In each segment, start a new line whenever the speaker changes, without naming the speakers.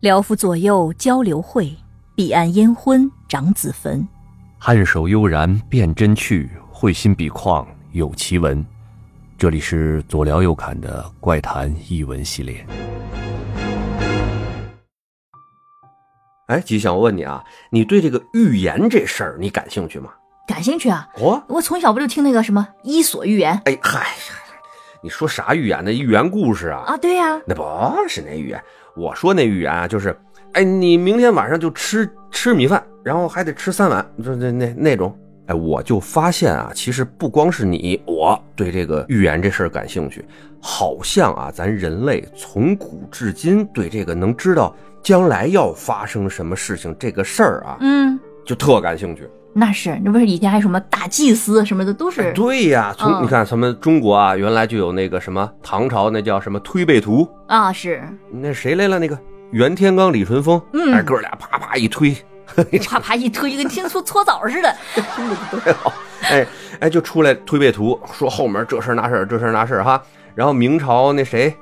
辽府左右交流会，彼岸烟婚长子坟。
颔首悠然辨真趣，会心笔况有奇文。这里是左聊右侃的怪谈译文系列。
哎，吉祥，我问你啊，你对这个预言这事儿你感兴趣吗？
感兴趣啊！
哦，
我从小不就听那个什么《伊索寓言
哎嗨，你说啥预言呢？寓言故事》啊？
啊？对呀、
那不是那预言，我说那预言啊，就是，哎，你明天晚上就吃吃米饭，然后还得吃三碗，就那那那种。哎，我就发现啊，其实不光是你，我对这个预言这事儿感兴趣，好像啊，咱人类从古至今对这个能知道将来要发生什么事情这个事儿啊，
嗯，
就特感兴趣。
那是，那不是以前还有什么大祭司什么的，都是、
哎对呀、从、
嗯
你看咱们中国啊，原来就有那个什么唐朝那叫什么推背图，
啊，是
那谁来了？那个袁天罡、李淳风，
嗯
哎，哥俩啪啪一推，
啪啪一推，跟听搓搓澡似的。
哎哎，就出来推背图，说后面这事儿那事儿，这事儿那事儿哈。然后明朝那谁，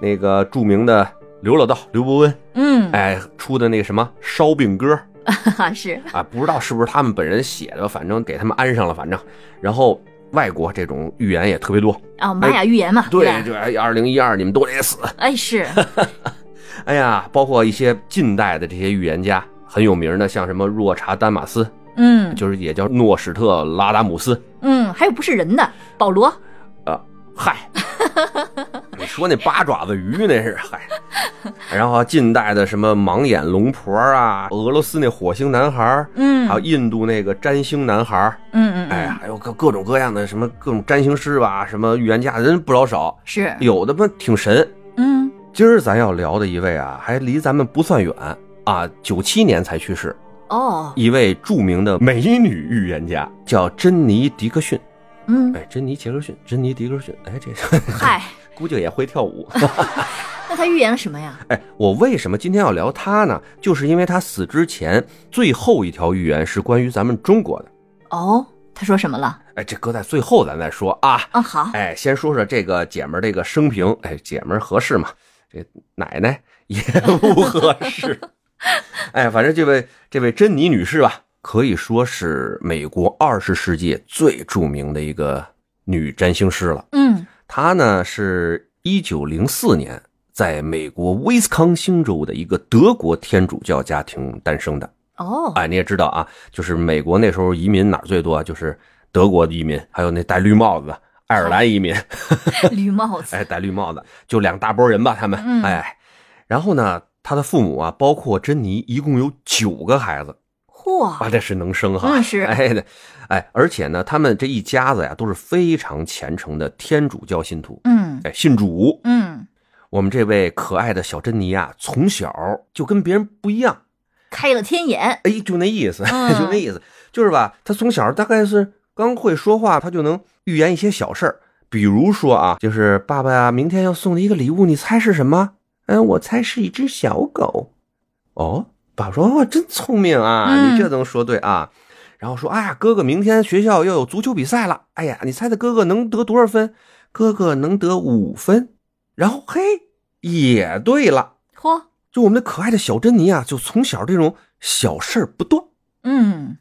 那个著名的刘老道刘伯温，
嗯，
哎，出的那个什么烧饼歌
哈哈，是，
啊，不知道是不是他们本人写的，反正给他们安上了，反正。然后外国这种预言也特别多，
啊，玛雅预言嘛，
对
吧，
对，哎，二零一二你们都得死，
哎是，
哎呀，包括一些近代的这些预言家很有名的，像什么若查丹马斯，
嗯
就是也叫诺史特拉达姆斯。
嗯，还有不是人的保罗，
嗨，你说那八爪子鱼那是嗨，然后近代的什么盲眼龙婆啊，俄罗斯那火星男孩儿，
嗯
还有印度那个占星男孩儿，
嗯嗯，
哎，还有各各种各样的什么各种占星师吧，什么预言家人不老少，
是，
有的嘛挺神。
嗯
今儿咱要聊的一位啊，还离咱们不算远啊，九七年才去世，
哦，
一位著名的美女预言家，叫珍妮·迪克逊。
嗯，
哎，珍妮·杰克逊，珍妮·迪克逊，哎，这
嗨，
估计也会跳舞。
那他预言了什么呀？
哎，我为什么今天要聊她呢？就是因为她死之前最后一条预言是关于咱们中国的。
哦，他说什么了？
哎，这搁在最后咱再说啊。
啊，好，
哎，先说说这个姐们儿这个生平，哎，姐们儿合适吗？这奶奶也不合适。 哎，反正这位这位珍妮女士吧，可以说是美国二十世纪最著名的一个女占星师了。
嗯
她呢是一九零四年在美国威斯康星州的一个德国天主教家庭诞生的。
哦，
哎，你也知道啊，就是美国那时候移民哪儿最多啊？就是德国移民，还有那戴绿帽子的爱尔兰移民。
绿帽 子，
哎，戴绿帽子，就两大波人吧，他们，
嗯
哎，然后呢，他的父母啊，包括珍妮，一共有九个孩子，啊，
嚯，
这是能生哈，
嗯是
哎的，哎，而且呢，他们这一家子呀，都是非常虔诚的天主教信徒，
嗯
哎，信主。
嗯，
我们这位可爱的小珍妮啊，从小就跟别人不一样，
开了天眼，
哎，就那意思，
嗯
就那意思，就是吧，他从小大概是刚会说话，他就能预言一些小事儿，比如说啊，就是爸爸呀，明天要送你一个礼物，你猜是什么？嗯，我猜是一只小狗。哦，爸爸说哦，真聪明啊，
嗯
你这能说对啊。然后说，哎呀，哥哥，明天学校要有足球比赛了，哎呀，你猜猜哥哥能得多少分？哥哥能得五分。然后嘿，也对了。
嚯，
就我们的可爱的小珍妮啊，就从小这种小事儿不断，
嗯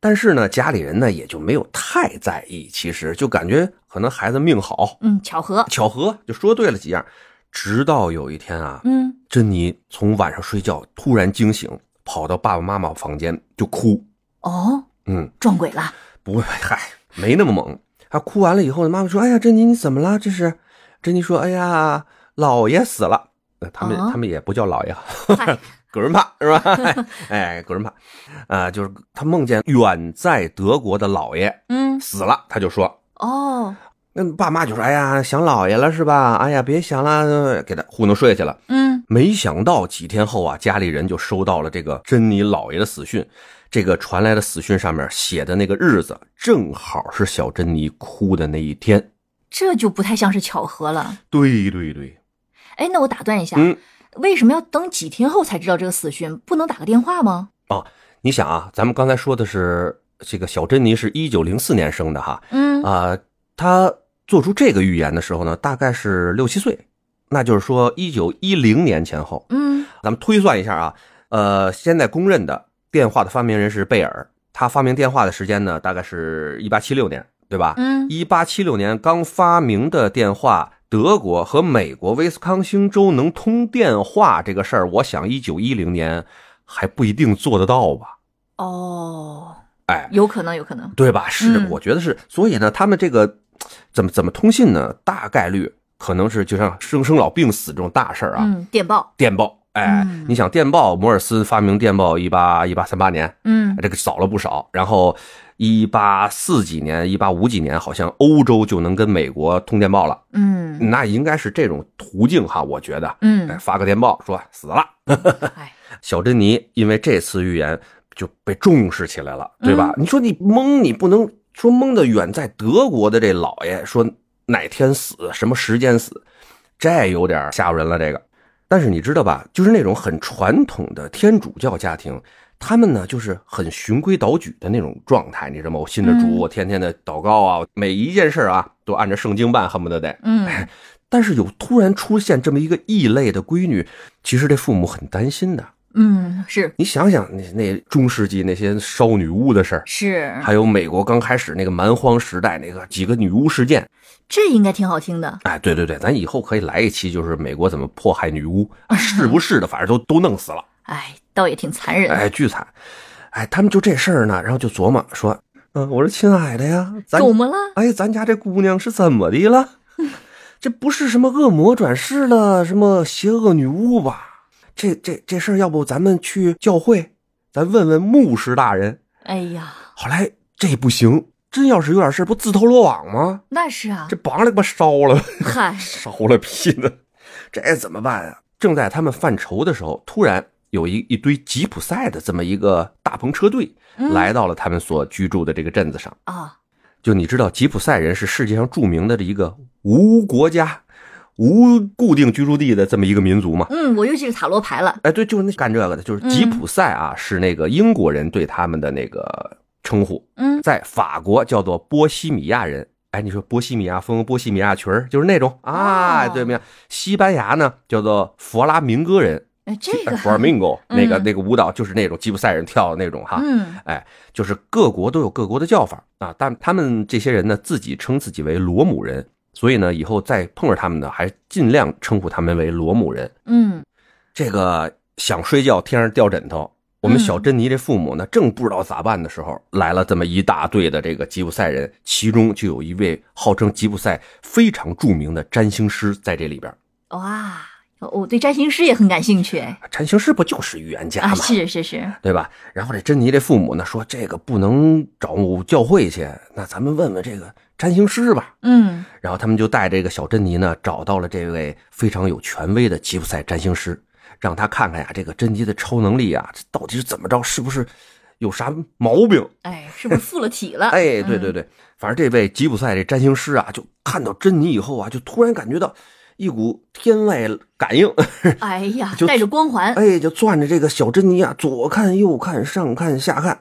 但是呢，家里人呢也就没有太在意，其实就感觉可能孩子命好，
嗯，巧合，
巧合，就说对了几样。直到有一天啊，
嗯，
珍妮从晚上睡觉突然惊醒，跑到爸爸妈妈房间就哭，
哦，
嗯，
撞鬼 了，
不，嗨，没那么猛。她哭完了以后，妈妈说：“哎呀，珍妮，你怎么了？这是？”珍妮说：“哎呀，姥爷死了。”呃他们
啊
他们也不叫姥爷啊，
嗨，
狗人怕是吧？ 哎，狗人怕，啊，就是他梦见远在德国的姥爷
嗯，
死了，他就说，
哦，
那爸妈就说，哎呀，想姥爷了是吧？哎呀，别想了，呃给他糊弄睡去了。
嗯，
没想到几天后啊，家里人就收到了这个珍妮姥爷的死讯，这个传来的死讯上面写的那个日子，正好是小珍妮哭的那一天。
这就不太像是巧合了。
对对对，
哎，那我打断一下，
嗯
为什么要等几天后才知道这个死讯？不能打个电话吗？
你想啊，咱们刚才说的是这个小珍妮是一九零四年生的哈，
嗯，
啊啊、他做出这个预言的时候呢，大概是六七岁。那就是说一九一零年前后，
嗯
咱们推算一下啊，呃，现在公认的电话的发明人是贝尔，他发明电话的时间呢，大概是一八七六年，对吧？
嗯
一八七六年刚发明的电话，德国和美国威斯康星州能通电话这个事儿，我想一九一零年还不一定做得到吧。
哦，
哎，
有可能，有可能，
对吧？是的
嗯，
我觉得是。所以呢，他们这个怎么怎么通信呢？大概率可能是就像生生老病死这种大事儿啊，
嗯，电报，
电报。哎
嗯，
你想电报，摩尔斯发明电报一八一八三八年，
嗯
这个早了不少。然后一八四几年、一八五几年，好像欧洲就能跟美国通电报了。
嗯
那应该是这种途径哈，我觉得。哎，
嗯，
发个电报说死了，
哎，
小珍妮因为这次预言就被重视起来了，对吧？
嗯
你说你蒙，你不能说蒙的远在德国的这老爷说哪天死，什么时间死，这有点吓人了。这个，但是你知道吧？就是那种很传统的天主教家庭，他们呢就是很循规蹈矩的那种状态，你知道吗？我信着主，
嗯
我天天的祷告啊，每一件事啊都按照圣经办，恨不得得。
嗯
但是有突然出现这么一个异类的闺女，其实这父母很担心的。
嗯，是
你想想，那那中世纪那些烧女巫的事儿，
是，
还有美国刚开始那个蛮荒时代那个几个女巫事件，
这应该挺好听的，
哎，对对对，咱以后可以来一期，就是美国怎么迫害女巫，啊是不是的，反正都都弄死了，
哎，倒也挺残忍的，
哎，巨惨，哎，他们就这事儿呢，然后就琢磨说，嗯，我说亲爱的呀，咱
怎么了？
哎，咱家这姑娘是怎么的了？ 这不是什么恶魔转世了，什么邪恶女巫吧？这这这事儿，要不咱们去教会，咱问问牧师大人。
哎呀，
后来这不行，真要是有点事儿不自投罗网吗？
那是啊
这，绑了他妈烧了，
嗨，
烧了屁的，这怎么办啊？正在他们犯愁的时候，突然有一一堆吉普赛的这么一个大篷车队
嗯
来到了他们所居住的这个镇子上。
啊，
就你知道，吉普赛人是世界上著名的这一个无国家、无固定居住地的这么一个民族嘛？
嗯，我又记着塔罗牌了，
哎，对，就是那干这个的，就是吉普赛啊，是那个英国人对他们的那个称呼，
嗯
在法国叫做波西米亚人。哎，你说波西米亚风、波西米亚裙儿，就是那种啊，
哦
对没有？西班牙呢叫做佛拉明戈人，
哎，这个
佛拉明戈
嗯
那个那个舞蹈就是那种吉普赛人跳的那种哈。
嗯
哎，就是各国都有各国的叫法啊，但他们这些人呢，自己称自己为罗姆人，所以呢，以后再碰着他们呢，还尽量称呼他们为罗姆人。
嗯
这个想睡觉，天上掉枕头。我
嗯
们小珍妮这父母呢，正不知道咋办的时候，来了这么一大队的这个吉普赛人，其中就有一位号称吉普赛非常著名的占星师在这里边。
哇，我对占星师也很感兴趣，哎，
占星师不就是预言家
啊，
吗？
是是是，
对吧？然后这珍妮这父母呢说这个不能找教会去，那咱们问问这个占星师吧。
嗯
然后他们就带这个小珍妮呢找到了这位非常有权威的吉普赛占星师，让他看看呀这个珍妮的超能力啊这到底是怎么着，是不是有啥毛病？
哎，是不是附了体了？
哎，对对
嗯，
对，反正这位吉普赛这占星师啊，就看到珍妮以后啊，就突然感觉到一股天外感应，
哎呀，
就
带着光环，
哎，就攥着这个小珍妮啊，左看右看，上看下看，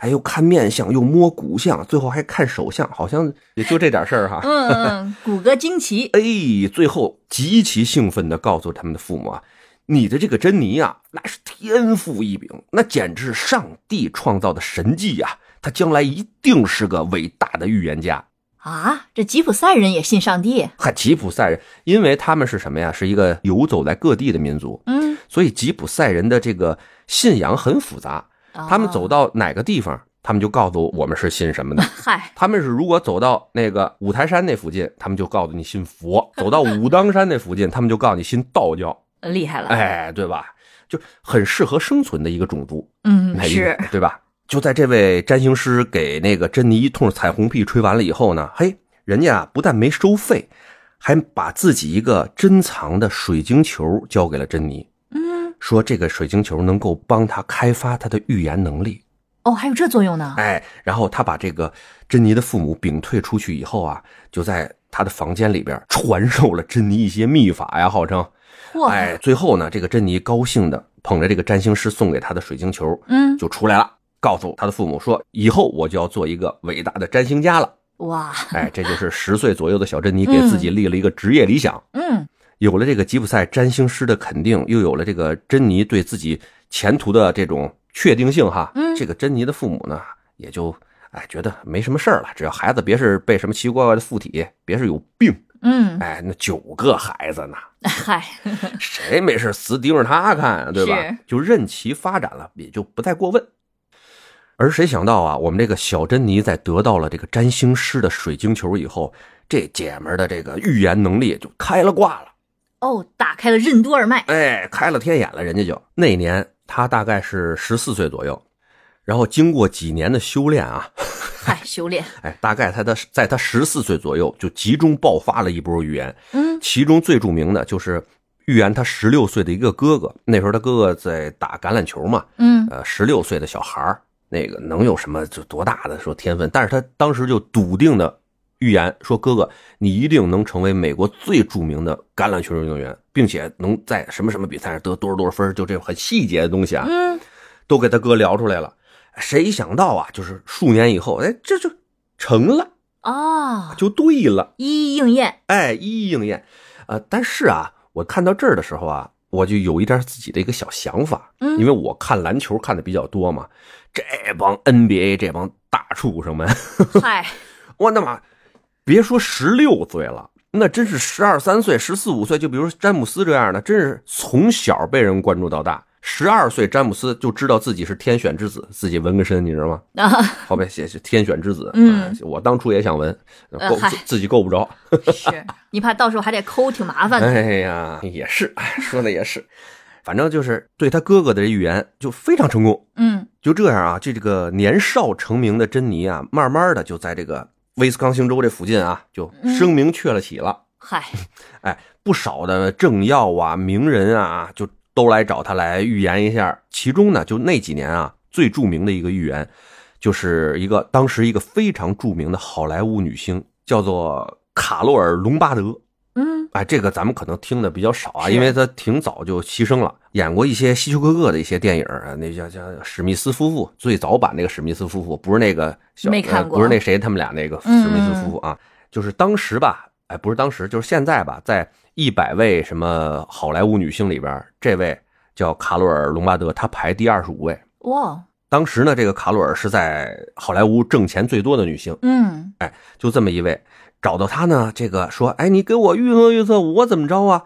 哎，又看面相，又摸骨相，最后还看手相，好像也就这点事儿哈。
嗯嗯，骨骼惊奇，
哎，最后极其兴奋地告诉他们的父母啊，你的这个珍妮啊，那是天赋异禀，那简直是上帝创造的神迹呀、她将来一定是个伟大的预言家。
啊，这吉普赛人也信上帝？
嗨，吉普赛人，因为他们是什么呀？是一个游走在各地的民族，
嗯，
所以吉普赛人的这个信仰很复杂。他们走
到。
到哪个地方，他们就告诉我们是信什么的
嗨，
他们是如果走到那个五台山那附近，他们就告诉你信佛；走到武当山那附近，他们就告诉你信道教。
厉害了，，
哎，对吧？就很适合生存的一个种族，
嗯
哎
是，
对吧？就在这位占星师给那个珍妮一通彩虹屁吹完了以后呢，嘿，人家啊不但没收费，还把自己一个珍藏的水晶球交给了珍妮，
嗯，
说这个水晶球能够帮他开发他的预言能力。
哦，还有这作用呢，
哎，然后他把这个珍妮的父母屏退出去以后啊，就在他的房间里边传授了珍妮一些秘法呀，号称。
嚯，
哎，最后呢，这个珍妮高兴的捧着这个占星师送给她的水晶球
嗯，
就出来了，告诉他的父母说，以后我就要做一个伟大的 占星家了。
哇，
哎，这就是十岁左右的小珍妮给自己立了一个职业理想。
嗯
有了这个吉普赛占星师的肯定，又有了这个珍妮对自己前途的这种确定性哈，
嗯
这个珍妮的父母呢，也就哎觉得没什么事儿了，只要孩子别是被什么奇奇怪怪的附体，别是有病，
嗯，
哎，那九个孩子呢，
嗨，
谁没事死盯着他看啊，对吧
是？
就任其发展了，也就不再过问。而谁想到啊，我们这个小珍妮在得到了这个占星师的水晶球以后，这姐们儿的这个预言能力就开了挂了，
哦，打开了任督二脉，
哎，开了天眼了，人家就那年她大概是十四岁左右，然后经过几年的修炼啊，
嗨，修炼，
哎，大概她的在她十四岁左右就集中爆发了一波预言，
嗯
其中最著名的就是预言他十六岁的一个哥哥，那时候他哥哥在打橄榄球嘛，
嗯，
呃，十六岁的小孩儿，那个能有什么就多大的说天分？但是他当时就笃定的预言说，哥哥，你一定能成为美国最著名的橄榄球运动员，并且能在什么什么比赛上得多少多少分儿，就这种很细节的东西啊，
嗯，
都给他哥聊出来了。谁想到啊，就是数年以后，哎，这就成了，
哦，
就对了。
一一应验，
哎，一一应验。呃，但是啊，我看到这儿的时候啊，我就有一点自己的一个小想法，
嗯
因为我看篮球看的比较多嘛，这帮 NBA 这帮大畜生们，
嗨，
我他妈，别说十六岁了。那真是十二三岁、十四五岁，就比如詹姆斯这样的，真是从小被人关注到大。十二岁，詹姆斯就知道自己是天选之子，自己纹个身，你知道吗？
啊，
后面写是天选之子。
嗯
哎我当初也想纹，
呃
够
嗨
自自己够不着。
是 你怕到时候还得抠，挺麻烦的，
哎呀，也是， 哎说的也是，反正就是对他哥哥的这预言就非常成功。
嗯
就这样啊，这这个年少成名的珍妮啊，慢慢的就在这个威斯康星州这附近啊，就声名鹊了起了。
嗨，
不少的政要啊、名人啊，就都来找他来预言一下。其中呢，就那几年啊，最著名的一个预言，就是一个当时一个非常著名的好莱坞女星，叫做卡洛尔·隆巴德。
嗯
哎，这个咱们可能听的比较少啊，
是
因为他挺早就牺牲了，演过一些希区柯克的一些电影啊，那叫叫史密斯夫妇，最早版那个史密斯夫妇，不是那个小
没看
呃
过
不是那谁他们俩那个史
嗯
密斯夫妇啊，就是当时吧，哎，不是当时，就是现在吧，在一百位什么好莱坞女星里边，这位叫卡洛尔·隆巴德，她排第二十五位。
哇，哦
当时呢，这个卡洛尔是在好莱坞挣钱最多的女星，
嗯
就这么一位，找到他呢，这个说，哎，你给我预测预测，我怎么着啊？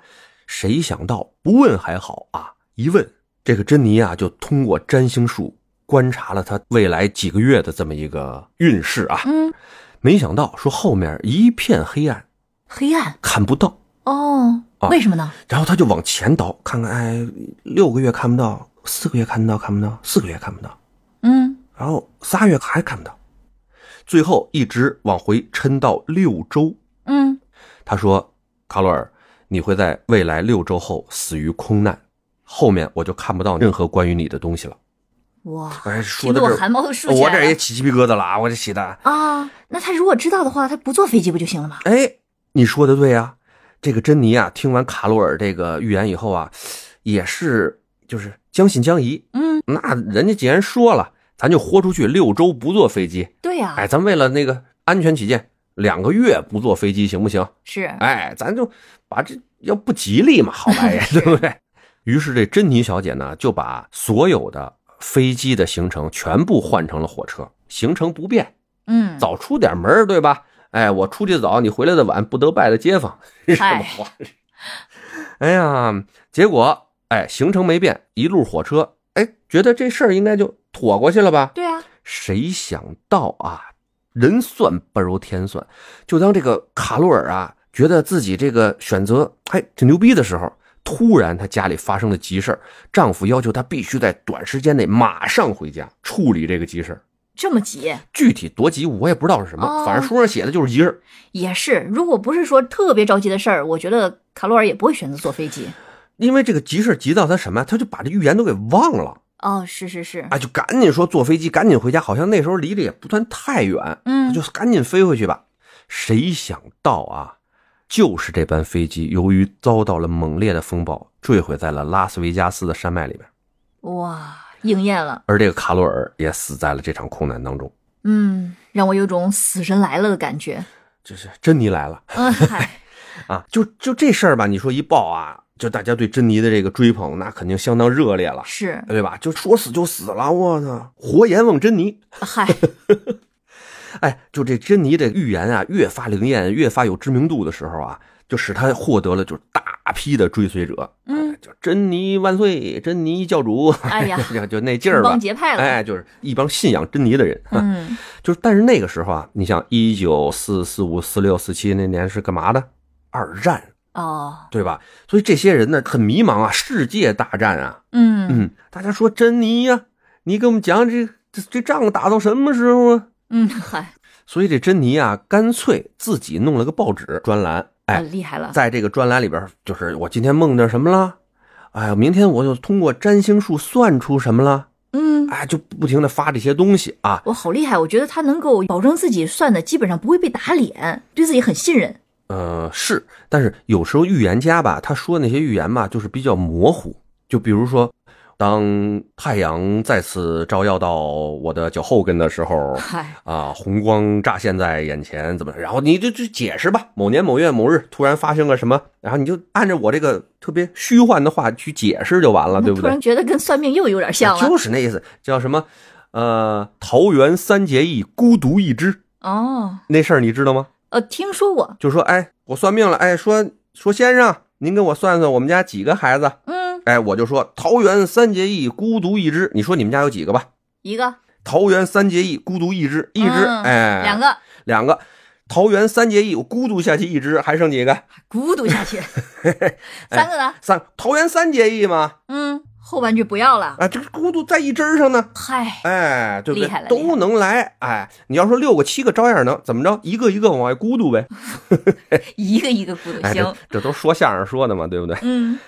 谁想到不问还好啊，一问，这个珍妮啊，就通过占星术观察了他未来几个月的这么一个运势啊，
嗯，
没想到说后面一片黑暗，
黑暗
看不到，
哦
啊，
为什么呢？
然后他就往前倒，看看，哎，六个月看不到，四个月看不到，看不到，四个月看不到，
嗯，
然后仨月还看不到，最后一直往回抻到六周。
嗯，
他说：“卡罗尔，你会在未来六周后死于空难，后面我就看不到任何关于你的东西了。”
哇，
哎，说
听
的
得
这
我
儿，
汗毛都竖起
我
来
这儿
了
也起鸡皮疙瘩了啊！我这起的，
啊。那他如果知道的话，他不坐飞机不就行了吗？
哎，你说的对啊。这个珍妮啊，听完卡罗尔这个预言以后啊，也是就是将信将疑。
嗯，
那人家既然说了，咱就豁出去，六周不坐飞机。
对呀、
哎，咱为了那个安全起见，两个月不坐飞机行不行？
是，
哎，咱就把这要不吉利嘛，好玩意儿， 对不对？于是这珍妮小姐呢，就把所有的飞机的行程全部换成了火车，行程不变，
嗯，
早出点门儿，对吧？哎，我出去早，你回来的晚，不得拜了街坊， 是什么话？哎呀，结果哎，行程没变，一路火车，哎，觉得这事儿应该就妥过去了吧？
对啊，
谁想到啊，人算不如天算。就当这个卡洛尔啊觉得自己这个选择哎挺牛逼的时候，突然她家里发生了急事儿，丈夫要求她必须在短时间内马上回家处理这个急事儿。
这么急
具体多急我也不知道是什么，
哦
反正书上写的就是急事儿。
也是。如果不是说特别着急的事儿，我觉得卡洛尔也不会选择坐飞机。
因为这个急事儿急到她什么呀，她就把这预言都给忘了
哦，是是是，
啊，就赶紧说坐飞机，赶紧回家。好像那时候离得也不算太远，
嗯，
就是赶紧飞回去吧。谁想到啊，就是这班飞机由于遭到了猛烈的风暴，坠毁在了拉斯维加斯的山脉里边，
哇，应验了。
而这个卡罗尔也死在了这场空难当中。
嗯，让我有种死神来了的感觉。
这是珍妮来了，
嗯，嗨，
啊，就就这事儿吧，你说一爆啊，就大家对珍妮的这个追捧，那肯定相当热烈了，
是，
对吧？就说死就死了，我操，活阎王珍妮，
嗨，
哎，就这珍妮这预言啊，越发灵验，越发有知名度的时候啊，就使她获得了就是大批的追随者，
嗯，
哎就珍妮万岁，珍妮教主，
哎呀
就就那劲
帮
儿吧
帮，结派了，
哎，就是一帮信仰珍妮的人，啊
嗯，
就是，但是那个时候啊，你想，一九四四五四六四七那年是干嘛的？二战，
哦，
对吧？所以这些人呢很迷茫啊，世界大战啊，
嗯
嗯，大家说珍妮呀、你给我们讲这这这仗打到什么时候啊？
嗯，嗨，
所以这珍妮啊，干脆自己弄了个报纸专栏，
啊
哎，
厉害了，
在这个专栏里边，就是我今天梦见什么了，哎呀，明天我就通过占星术算出什么了，
嗯，
哎，就不停的发这些东西啊，
我好厉害，我觉得他能够保证自己算的基本上不会被打脸，对自己很信任，
呃，是，但是有时候预言家吧，他说那些预言吧，就是比较模糊。就比如说，当太阳再次照耀到我的脚后跟的时候，
嗨，
啊，红光乍现在眼前，怎么？然后你就就解释吧，某年某月某日突然发生了什么，然后你就按照我这个特别虚幻的话去解释就完了，对不
突
对哎
然？觉得跟算命又有点像了，
就是那意思，叫什么？呃，桃园三结义，孤独一只，
哦，
那事儿你知道吗？
呃，听说过，
就说哎，我算命了，哎，说说先生，您给我算算我们家几个孩子？
嗯，
哎，我就说桃园三结义，孤独一只。你说你们家有几个吧？
一个、
桃园三结义，孤独一只，一只，
嗯
哎，
两，个，
两个。桃园三结义，我孤独下去一只，还剩几个？
孤独下 去，三个呢，
三，桃园三结义嘛，
嗯，后半句不要了，
啊，这个孤独在一只上呢，
嗨，
哎，对不对
厉害了？厉害
都
了
能来，哎，你要说六个七个照样能，怎么着？一个一个往外孤 独呗，
一个一个孤独，
哎，这
行，
这都说相声说的嘛，对不对？
嗯，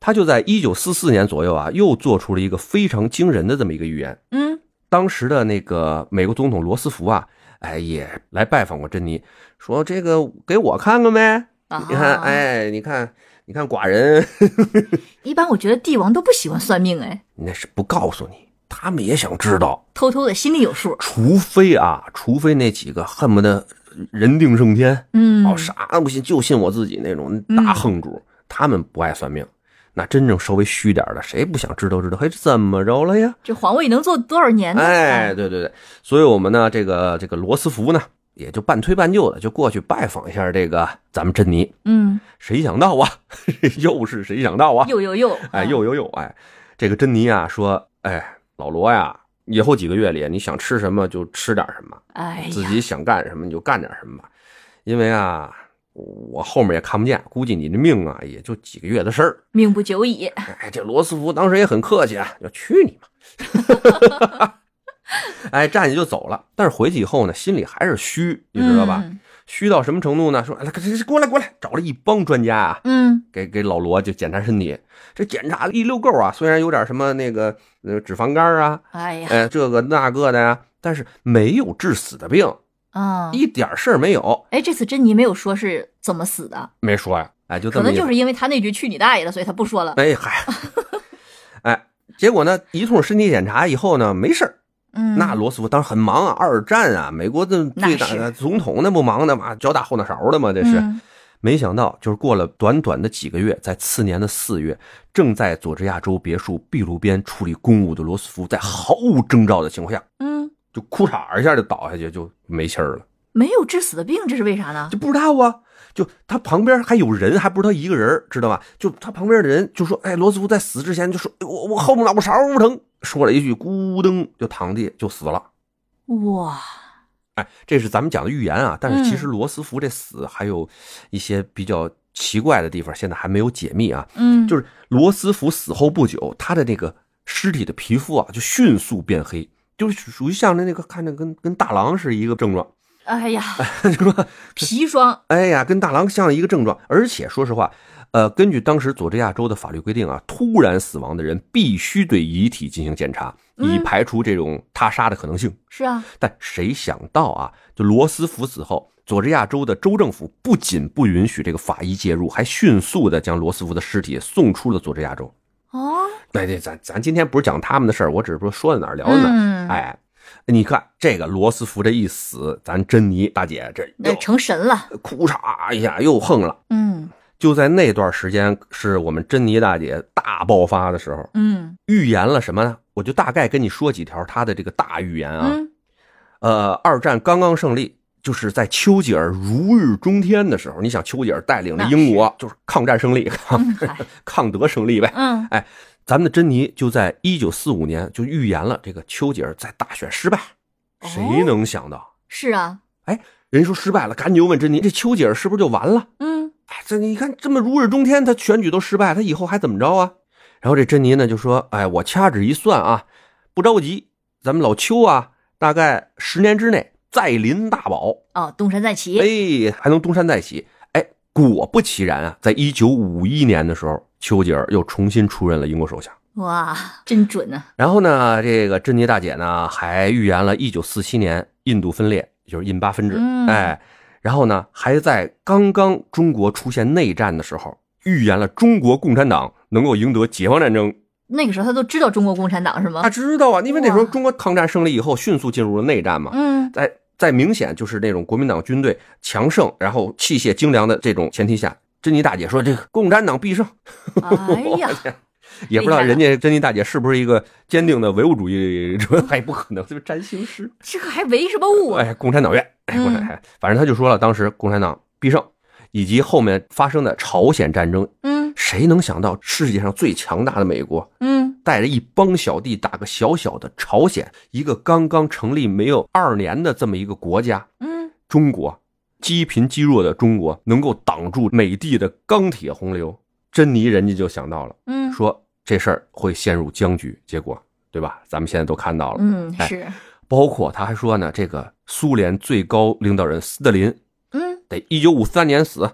他就在一九四四年左右啊，又做出了一个非常惊人的这么一个预言。
嗯，
当时的那个美国总统罗斯福啊，哎，也来拜访过珍妮，说这个给我看看呗。
啊，
你看，，哎，你看，你看寡人，
一般我觉得帝王都不喜欢算命，哎，
那是不告诉你，他们也想知道，
偷偷的心里有数，
除非啊，除非那几个恨不得人定胜天，
嗯，
哦，啥都不信，就信我自己那种大横主，他们不爱算命。那真正稍微虚点儿的，谁不想知道知道？嘿，怎么着了呀？
这皇位能做多少年呢？
哎，，对对对，所以我们呢，这个这个罗斯福呢，也就半推半就的就过去拜访一下这个咱们珍妮。
嗯，
谁想到啊， 又是谁想到啊？
又又又，
哎，又又又哎，这个珍妮啊说，哎，老罗呀，以后几个月里你想吃什么就吃点什么，
哎
自
呀，
己想干什么你就干点什么吧，因为啊，我后面也看不见，估计你的命啊也就几个月的 事儿。
命不久矣，
哎，这罗斯福当时也很客气啊，就去你嘛。 哎，站起就走了。但是回去以后呢，心里还是虚，你知道吧？
嗯
虚到什么程度呢？说，哎，来过来过来，找了一帮专家啊，
嗯，
给给老罗就检查身体。这检查一溜够啊，虽然有点什么那个呃脂肪肝啊，
哎呀，
哎这个那个的呀、但是没有致死的病，
啊，
一点事儿没有。
哎，这次珍妮没有说是怎么死的，
没说呀、哎，就这
可
么
能
一
就是因为他那句“去你大爷的”，所以他不说了。
哎嗨，哎，结果呢，一通身体检查以后呢，没事儿。
嗯，
那罗斯福当时很忙啊，二战啊，美国的最大
那
的总统那不忙的嘛，脚打后脑勺的嘛，这是。
嗯
没想到，就是过了短短的几个月，在次年的四月，正在佐治亚州别墅壁炉边处理公务的罗斯福，在毫无征兆的情况下，
嗯，
就裤衩一下就倒下去，就没气儿了，
没有致死的病，这是为啥呢？
就不知道啊。就他旁边还有人，还不是他一个人儿，知道吧？就他旁边的人就说：“哎，罗斯福在死之前就说，哎我我后脑勺疼。”说了一句“咕噔”，就躺地就死了。
哇，
哎，这是咱们讲的预言啊，但是其实
嗯
罗斯福这死还有一些比较奇怪的地方，现在还没有解密啊。
嗯，
就是是罗斯福死后不久，他的那个尸体的皮肤啊，就迅速变黑，就是属于像那那个看着跟跟大狼是一个症状，
哎呀，
是吧？
砒霜，
哎呀，跟大狼像一个症状，而且说实话，呃，根据当时佐治亚州的法律规定啊，突然死亡的人必须对遗体进行检查，以
嗯
排除这种他杀的可能性。
是啊，
但谁想到啊，就罗斯福死后，佐治亚州的州政府不仅不允许这个法医介入，还迅速的将罗斯福的尸体送出了佐治亚州。
哦，
哎，这咱咱今天不是讲他们的事儿，我只是说说到哪儿聊到哪儿。
嗯，
哎，你看这个罗斯福这一死，咱珍妮大姐这
那
又
哎成神了。
哭嚓一下又横了。
嗯
就在那段时间，是我们珍妮大姐大爆发的时候，
嗯
预言了什么呢？我就大概跟你说几条她的这个大预言啊。
嗯
呃，二战刚刚胜利，就是在丘吉尔如日中天的时候，你想丘吉尔带领着英国就是抗战胜利，抗
嗯，嗨
抗德胜利呗。
嗯
咱们的珍妮就在一九四五年就预言了这个丘吉尔在大选失败，
哦
谁能想到？
是啊，
人说失败了，赶紧就问珍妮，这丘吉尔是不是就完了？
嗯
哎，这你看这么如日中天，他选举都失败，他以后还怎么着啊？然后这珍妮呢就说：“哎，我掐指一算啊，不着急，咱们老丘啊，大概十年之内再临大宝，
哦，东山再起。
哎，还能东山再起。”哎，果不其然啊，在一九五一年的时候，丘吉尔又重新出任了英国首相。
哇，真准啊呐、
然后呢，这个珍妮大姐呢还预言了1947年印度分裂，就是印巴分治，
嗯
哎，然后呢还在刚刚中国出现内战的时候预言了中国共产党能够赢得解放战争。
那个时候他都知道中国共产党是吗
他？知道啊，因为那时候
哇
中国抗战胜利以后，迅速进入了内战嘛，
嗯
在在明显就是那种国民党军队强盛，然后器械精良的这种前提下，珍妮大姐说这个共产党必胜。
哎呀，
也不知道人家珍妮大姐是不是一个坚定的唯物主义者， 哎，不可能，就是占星师。
这个还唯什么物啊？
哎，共产党员，哎，共产党员，反正他就说了，当时共产党必胜，以及后面发生的朝鲜战争，
嗯
谁能想到世界上最强大的美国，
嗯，
带着一帮小弟打个小小的朝鲜，一个刚刚成立没有二年的这么一个国家，
嗯，
中国，积贫积弱的中国能够挡住美帝的钢铁洪流，珍妮人家就想到了，
嗯
说这事儿会陷入僵局，结果对吧？咱们现在都看到了，
嗯
哎
是
包括他还说呢，这个苏联最高领导人斯大林
嗯
得一九五三年死，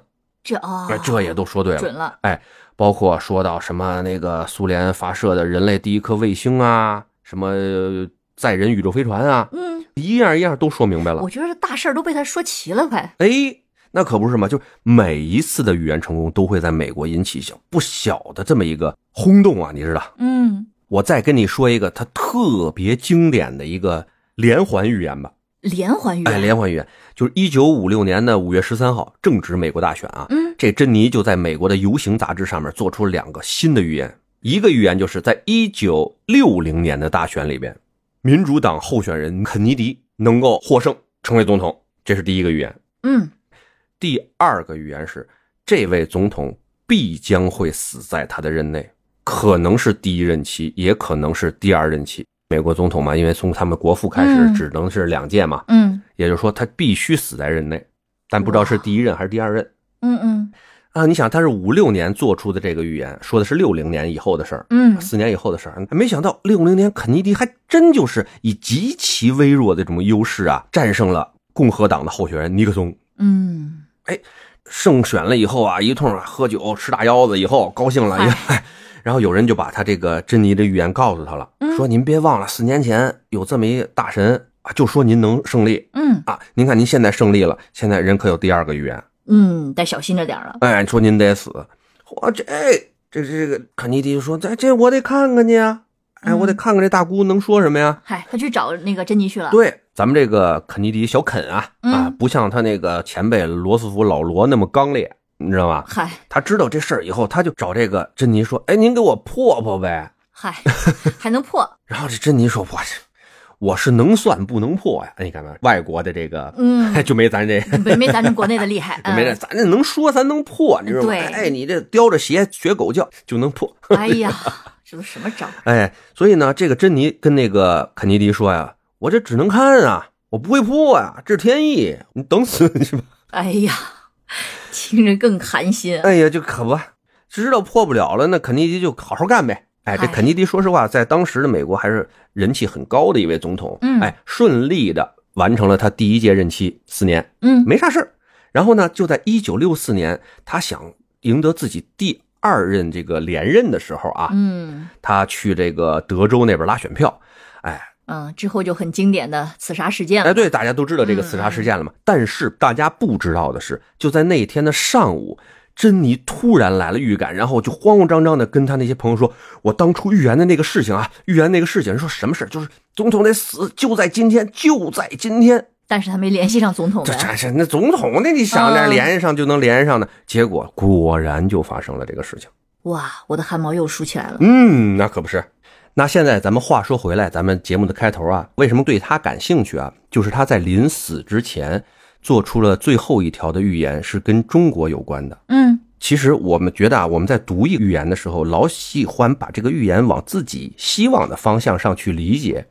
这啊
哎，这也都说对
准
了。
了。
包括说到什么那个苏联发射的人类第一颗卫星啊，什么呃载人宇宙飞船啊，
嗯，
一样一样都说明白了
我。觉得这大事儿都被他说齐了，快。
哎，那可不是嘛，就是每一次的语言成功都会在美国引起小不小的这么一个轰动啊，你知道？
嗯，
我再跟你说一个他特别经典的一个连环预言吧。
连环语言。
哎，连环预言就是一九五六年的五月十三号，正值美国大选啊。
嗯
这珍妮就在美国的游行杂志上面做出了两个新的预言，一个预言就是在一九六零年的大选里边，民主党候选人肯尼迪能够获胜，成为总统，这是第一个预言。
嗯，
第二个预言是，这位总统必将会死在他的任内，可能是第一任期，也可能是第二任期。美国总统嘛，因为从他们国父开始
嗯
只能是两届嘛，
嗯
也就是说他必须死在任内，但不知道是第一任还是第二任
嗯嗯
啊？你想，他是五六年做出的这个预言，说的是六零年以后的事儿，
嗯，
四年以后的事儿，没想到六零年肯尼迪还真就是以极其微弱的这种优势啊，战胜了共和党的候选人尼克松。
嗯，
胜选了以后啊，一通啊喝酒吃大腰子，以后高兴了， 然后有人就把他这个珍妮的预言告诉他了，
嗯
说您别忘了四年前有这么一大神啊，就说您能胜利
嗯
啊，您看您现在胜利了，现在人可有第二个预言，
嗯，得小心着点儿了。
哎，说您得死，我这哎这这个肯尼迪就说这这我得看看去啊，哎，
嗯
我得看看这大姑能说什么呀？
嗨，他去找那个珍妮去了。
对，咱们这个肯尼迪小肯啊、啊
啊嗯，
不像他那个前辈罗斯福老罗那么刚烈，你知道吗？
嗨
他知道这事儿以后，他就找这个珍妮说：“哎，您给我破破呗。
嗨， 还能破？”
然后这珍妮说：“我是我是能算不能破呀。”哎你看吧，外国的这个、
嗯，
就没咱这。
没没咱这国内的厉害。嗯
没这，咱这能说，咱能破，你知道吗？
对
哎，你这叼着鞋学狗叫就能破，
哎呀，这都什么招儿？
哎，所以呢，这个珍妮跟那个肯尼迪说呀：“我这只能看啊，我不会破呀、这是天意，你等死去吧。
哎呀，听着更寒心”。
哎呀，就可不，知道破不了了，那肯尼迪就好好干呗。哎，这
哎
肯尼迪说实话，在当时的美国还是人气很高的一位总统。
嗯
哎，顺利的完成了他第一届任期四年，
嗯
没啥事儿。然后呢，就在一九六四年，他想赢得自己第二任这个连任的时候啊，
嗯
他去这个德州那边拉选票。哎，
嗯，之后就很经典的刺杀事件
哎，
了。
对，大家都知道这个刺杀事件了嘛。但是大家不知道的是，就在那一天的上午，珍妮突然来了预感，然后就慌慌张张的跟她那些朋友说：“我当初预言的那个事情啊，预言那个事情，说什么事儿？就是总统得死，就在今天，就在今天。
但是他没联系上总统
这
呗。
这是那总统那你想着
嗯
连上就能连上的，结果果然就发生了这个事情。
哇，我的汗毛又竖起来了。
嗯，那可不是。那现在咱们话说回来，咱们节目的开头啊，为什么对他感兴趣啊？就是他在临死之前做出了最后一条的预言，是跟中国有关的。
嗯，
其实我们觉得啊，我们在读一个预言的时候，老喜欢把这个预言往自己希望的方向上去理解，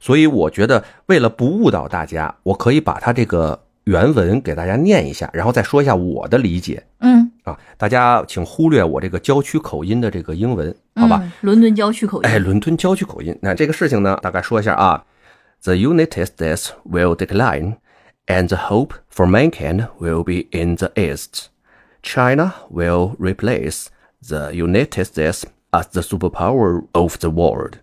所以我觉得为了不误导大家，我可以把它这个原文给大家念一下，然后再说一下我的理解
嗯，
啊。大家请忽略我这个郊区口音的这个英文，好吧？
嗯，伦敦郊区口音。
哎，伦敦郊区口音。那这个事情呢，大概说一下啊。The United States will decline, and the hope for mankind will be in the East. China will replace the United States as the superpower of the world.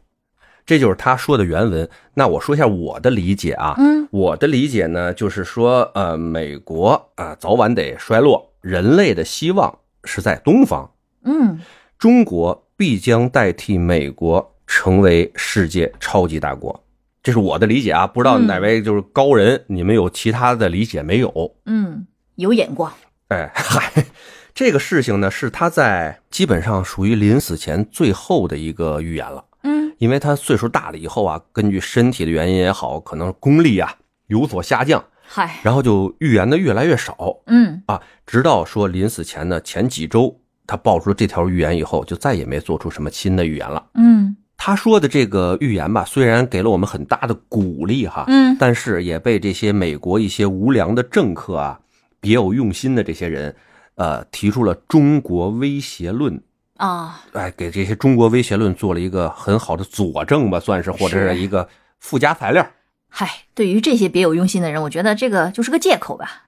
这就是他说的原文。那我说一下我的理解啊，
嗯，
我的理解呢，就是说，呃，美国啊、早晚得衰落，人类的希望是在东方。
嗯，
中国必将代替美国成为世界超级大国，这是我的理解啊，不知道
嗯
哪位就是高人，你们有其他的理解没有？
嗯，有眼光。
哎， 嗨，这个事情呢是他在基本上属于临死前最后的一个预言了，
嗯
因为他岁数大了以后啊，根据身体的原因也好，可能功力啊有所下降，
嗨，
然后就预言的越来越少，
嗯
啊，直到说临死前的前几周，他爆出这条预言以后，就再也没做出什么新的预言了。
嗯
他说的这个预言吧，虽然给了我们很大的鼓励哈，
嗯
但是也被这些美国一些无良的政客啊，别有用心的这些人，呃，提出了中国威胁论。
啊，
哎，给这些中国威胁论做了一个很好的佐证吧，算是或者是
是啊
一个附加材料。
嗨，对于这些别有用心的人，我觉得这个就是个借口吧。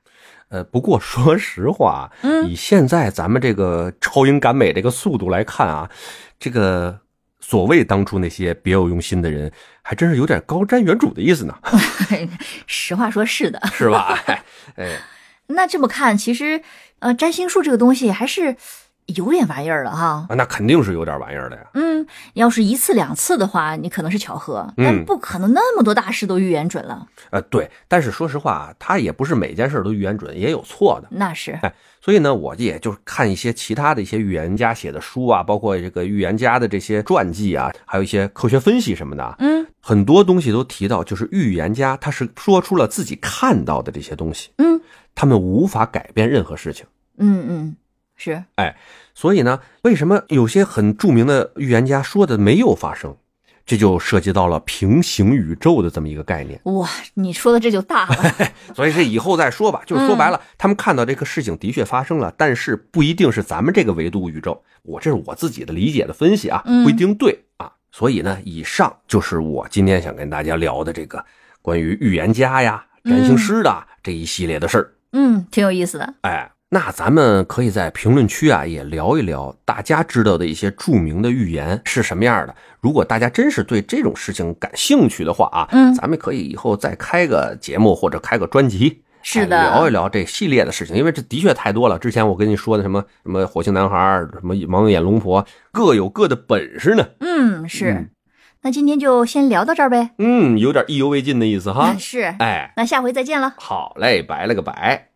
呃，不过说实话，啊
嗯
以现在咱们这个超英赶美这个速度来看啊，这个所谓当初那些别有用心的人，还真是有点高瞻远瞩的意思呢，
实话说，是的。
是吧？ 哎，哎
那这么看，其实呃，占星术这个东西还是有点玩意儿了哈。
啊那肯定是有点玩意儿的呀。
嗯，要是一次两次的话，你可能是巧合，但
嗯
不可能那么多大事都预言准了。
呃，对，但是说实话啊，他也不是每件事儿都预言准，也有错的。
那是，
所以呢，我也就是看一些其他的一些预言家写的书啊，包括这个预言家的这些传记啊，还有一些科学分析什么的啊，
嗯
很多东西都提到，就是预言家他是说出了自己看到的这些东西，
嗯
他们无法改变任何事情。
嗯嗯，是，
所以呢，为什么有些很著名的预言家说的没有发生？这就涉及到了平行宇宙的这么一个概念。
哇，你说的这就大 了。
所以是以后再说吧。就是说白
嗯
了，他们看到这个事情的确发生了，但是不一定是咱们这个维度宇宙。我这是我自己的理解的分析啊，
嗯
不一定对啊。所以呢，以上就是我今天想跟大家聊的这个关于预言家呀、占星师的啊、这一系列的事儿。
嗯，挺有意思的。
哎，那咱们可以在评论区啊也聊一聊大家知道的一些著名的预言是什么样的。如果大家真是对这种事情感兴趣的话啊，
嗯
咱们可以以后再开个节目或者开个专辑。
是
哎聊一
的，
聊这系列的事情，因为这的确太多了。之前我跟你说的什么什么火星男孩儿，什么盲眼龙婆，各有各的本事呢。
嗯是
嗯。
那今天就先聊到这儿呗。
嗯，有点意犹未尽的意思
。
哈
是，
哎，
那下回再见了。
好嘞，拜了个拜。